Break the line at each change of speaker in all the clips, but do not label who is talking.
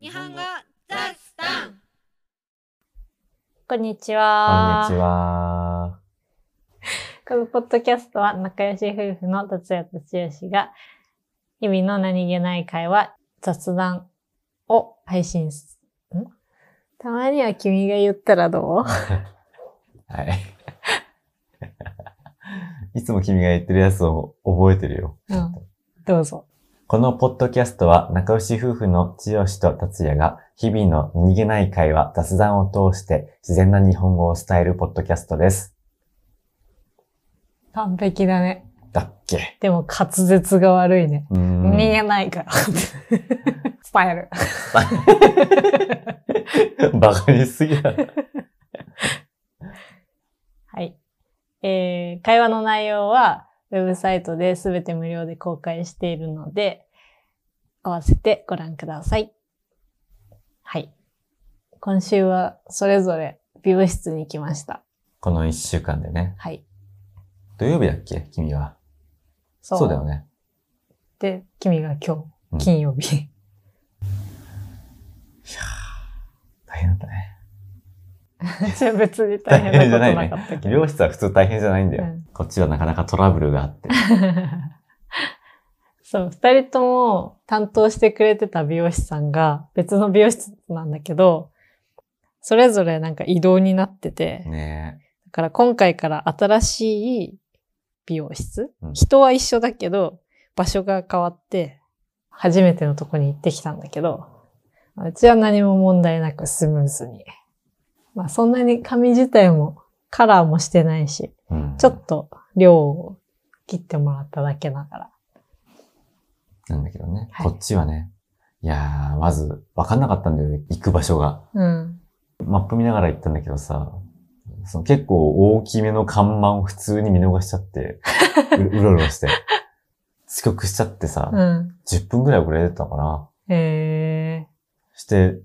日本語ザスタン
こんにち
こ
は。
んにちは。
このポッドキャストは仲良し夫婦の達也と剛が日々の何気ない会話、雑談を配信す。んたまには君が言ったらどう
はい。いつも君が言ってるやつを覚えてるよ。
うん。どうぞ。
このポッドキャストは仲良し夫婦の千代と達也が日々の逃げない会話、雑談を通して自然な日本語を伝えるポッドキャストです。
完璧だね。
だっけ
でも滑舌が悪いね。
うーん
逃げない から。伝える。
バカにしすぎだ。
はい。えー、会話の内容は、ウェブサイトで全て無料で公開しているので、合わせてご覧ください。はい。今週はそれぞれ美容室に行きました。
この一週間でね。
はい。
土曜日だっけ君は。
そ
そうだよね。
で、君が今
うん
日、金曜 日。
大変だったね。
じゃあ別に大変なことなかったけ
美
ど。
容室は普通大変じゃないんだよ。
うん
こっちはなかなかトラブルがあって。
そう、二人とも担当してくれてた美容師さんが別の美容室なんだけど、それぞれなんか移動になってて、
ね
だから今回から新しい美容室、
うん
人は一緒だけど、場所が変わって、初めてのとこに行ってきたんだけど、うちは何も問題なくスムーズに。まあそんなに髪自体もカラーもしてないし、
え。うん
ちょっと量を切ってもらっただけながら。
なんだけどね。
はい
こっちはね。いやー、まず、わかんなかったんだよ、行く場所が。
うん。
マップ見ながら行ったんだけどさ、その結構大きめの看板を普通に見逃しちゃって、う うろうろして、遅刻しちゃってさ、
うん。
10分ぐらい遅れてたのかな。
へえ
して、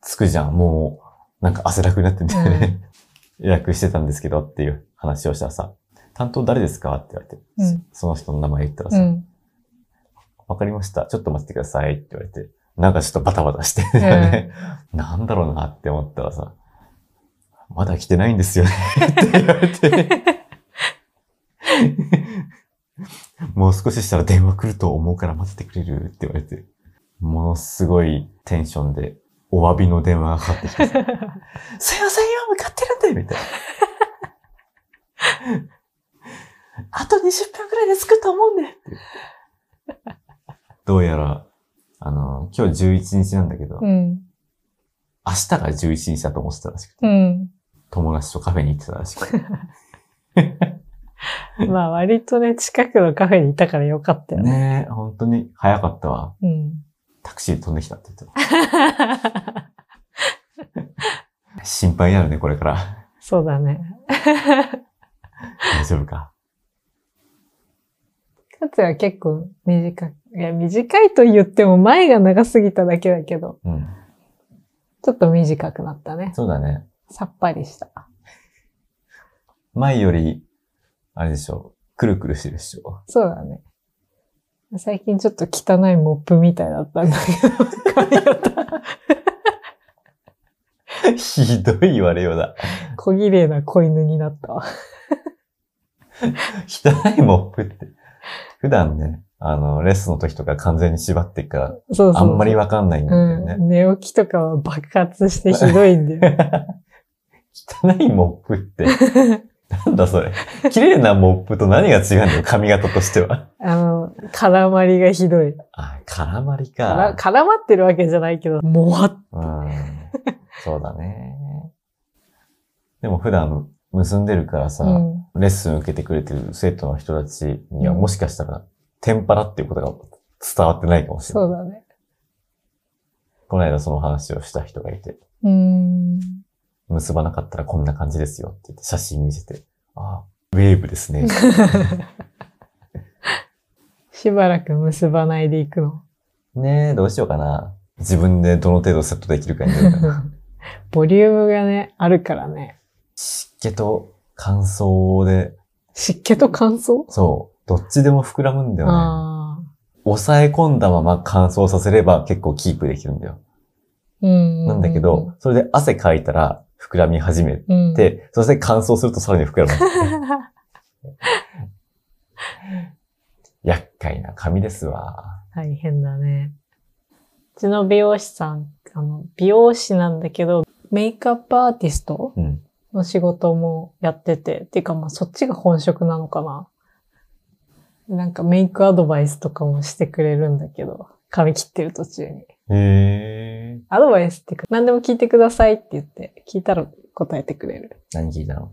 着くじゃん、もう、なんか汗だくになってんだよね。 予約してたんですけどっていう話をしたらさ、担当誰ですかって言われて、
うん
そその人の名前言ったらさ、
う
わ、
ん。
かりました、ちょっと待っててくださいって言われて、なんかちょっとバタバタしてたよね。 なんだろうなって思ったらさ、まだ来てないんですよね って言われて、もう少ししたら電話来ると思うから待っててくれるって言われて、ものすごいテンションでお詫びの電話がかかってきてさ、すいません、今向かってるんでみたいな。あと20分くらいで着くと思うんでって言ってどうやら、あの、今日11日なんだけど、
うん。
明日が11日だと思ってたらしくて、
うん。
友達とカフェに行ってたらしくて。
まあ割とね、近くのカフェにいたからよかったよね。
ねえ、本当に早かったわ。
うん。
タクシーで飛んできたって言って た。心配になるね、これから。
そうだね。
大丈夫か。
かつは結構短い。いや、短いと言っても前が長すぎただけだけど、
うん。
ちょっと短くなったね。
そうだね。
さっぱりした。
前より、あれでしょ。くるくるしてるでしょ。
そうだね。最近ちょっと汚いモップみたいだった んだけど、髪型。
ひどい言われようだ。
小綺麗な子犬になったわ。
汚いモップって。普段ね、あの、レッスンの時とか完全に縛ってっから、
そうそうそう
あんまりわかんないんだよね。
うん。寝起きとかは爆発してひどいんだよ。
汚いモップって。なんだそれ。綺麗なモップと何が違うんだよ、髪型としては。
あの、絡まりがひどい。
あ、絡まり
から
か。
絡まってるわけじゃないけど、もわっ。
うん。そうだね。でも普段結んでるからさ、
うん
レッスン受けてくれてる生徒の人たちには
うん
もしかしたら、テンパラっていうことが伝わってないかもしれ
そ
な
う
い。
だね。
この間その話をした人がいて、
うーん。
結ばなかったらこんな感じですよって言って写真見せて、あウェーブで すね。
しばらく結ばないでいくの。
ねえ、どうしようかな。自分でどの程度セットできるかによ るから。
ボリュームがね、あるからね。
湿気と乾燥で、
湿気と乾燥
そう、どっちでも膨らむんだよね。
ああ。
抑え込んだまま乾燥させれば結構キープできるんだよ。
うん。
なんだけど、それで汗かいたら膨らみ始め
うん、うん、
て、そして乾燥するとさらに膨らむ。厄介な髪ですわ。
大変だね。うちの美容師さん、あの、美容師なんだけど、メイクアップアーティスト
うん。
の仕事もやってて、っていうかまあそっちが本職なのかな。なんかメイクアドバイスとかもしてくれるんだけど、髪切ってる途中に。
へえ。
アドバイスっていうか、何でも聞いてくださいって言って、聞いたら答えてくれる。
何聞いたの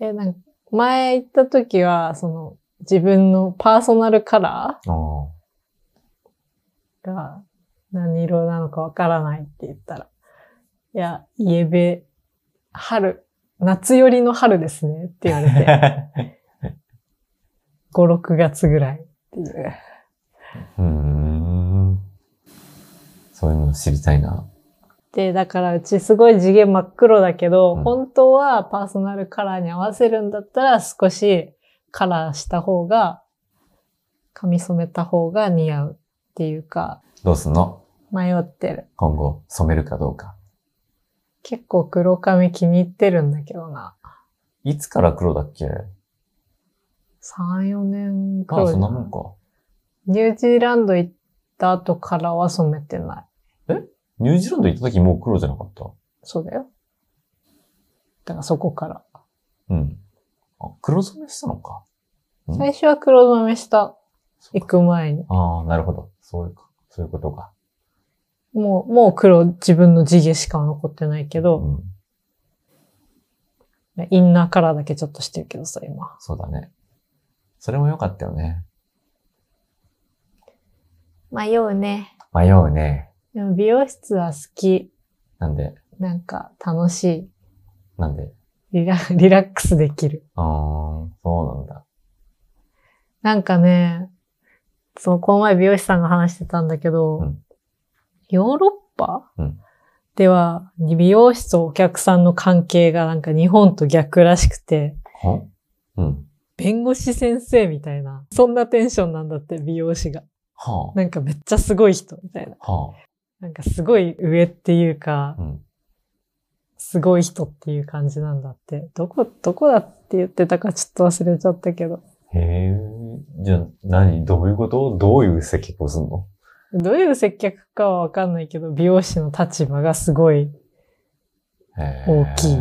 え、なんか、前行った時は、その、自分のパーソナルカラ
あ
ーが何色なのかわからないって言ったら、いや、イエベ、春、夏寄りの春ですねって言われ て、
あ。
5、6月ぐらいっていう。
うーん。そういうの知りたいな。
で、だからうちすごい地毛真っ黒だけど、
うん
本当はパーソナルカラーに合わせるんだったら少しカラーした方が、髪染めた方が似合うっていうか、
どうすんの
迷ってる。
今後、染めるかどうか。
結構黒髪気に入ってるんだけどな。
いつから黒だっけ
3、4年
ま
黒
あ、
い
そんなもんか。
ニュージーランド行った後からは染めてない。
ニュージーランド行った時もう黒じゃなかった
そうだよ。だからそこから。
うん。あ、黒染めしたのか。うん
最初は黒染めした。
そう
行
か
く前に。
ああ、なるほど。そういうか。そういうことか。
もう、もう黒、自分の地毛しか残ってないけ
う
ど、
ん。
インナーカラーだけちょっとしてるけどさ、今。
そうだね。それも良かったよね。
迷うね。
迷うね。
でも美容室は好き。
なんで、
なんか楽し
なんで。
い。リラリラックスできる。
ああ、そうなんだ。
なんかね、そう、この前美容師さんが話してたんだけど、
うん
ヨーロッパ、
うん
では、美容師とお客さんの関係がなんか日本と逆らしくて、
はうん。
弁護士先生みたいな、そんなテンションなんだって、美容師が。
は
なんかめっちゃすごい人みたいな。
あ。は
なんかすごい上っていうか
あ。う、ん。
すごい人っていう感じなんだって。どこ、どこだって言ってたかちょっと忘れちゃったけど。
へえ。じゃあ、何どういうことどういう接客をすんの
どういう接客かはわかんないけど、美容師の立場がすごい
へえ
大きい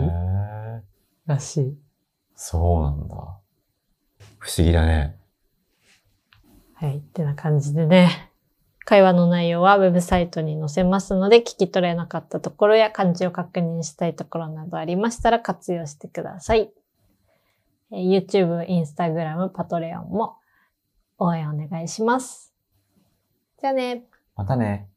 らしい。
そうなんだ。不思議だね。
はい。ってな感じでね。会話の内容はウェブサイトに載せますので、聞き取れなかったところや漢字を確認したいところなどありましたら活用してください。えー YouTube、Instagram、Patreon も応援お願いします。じゃあね。
またね。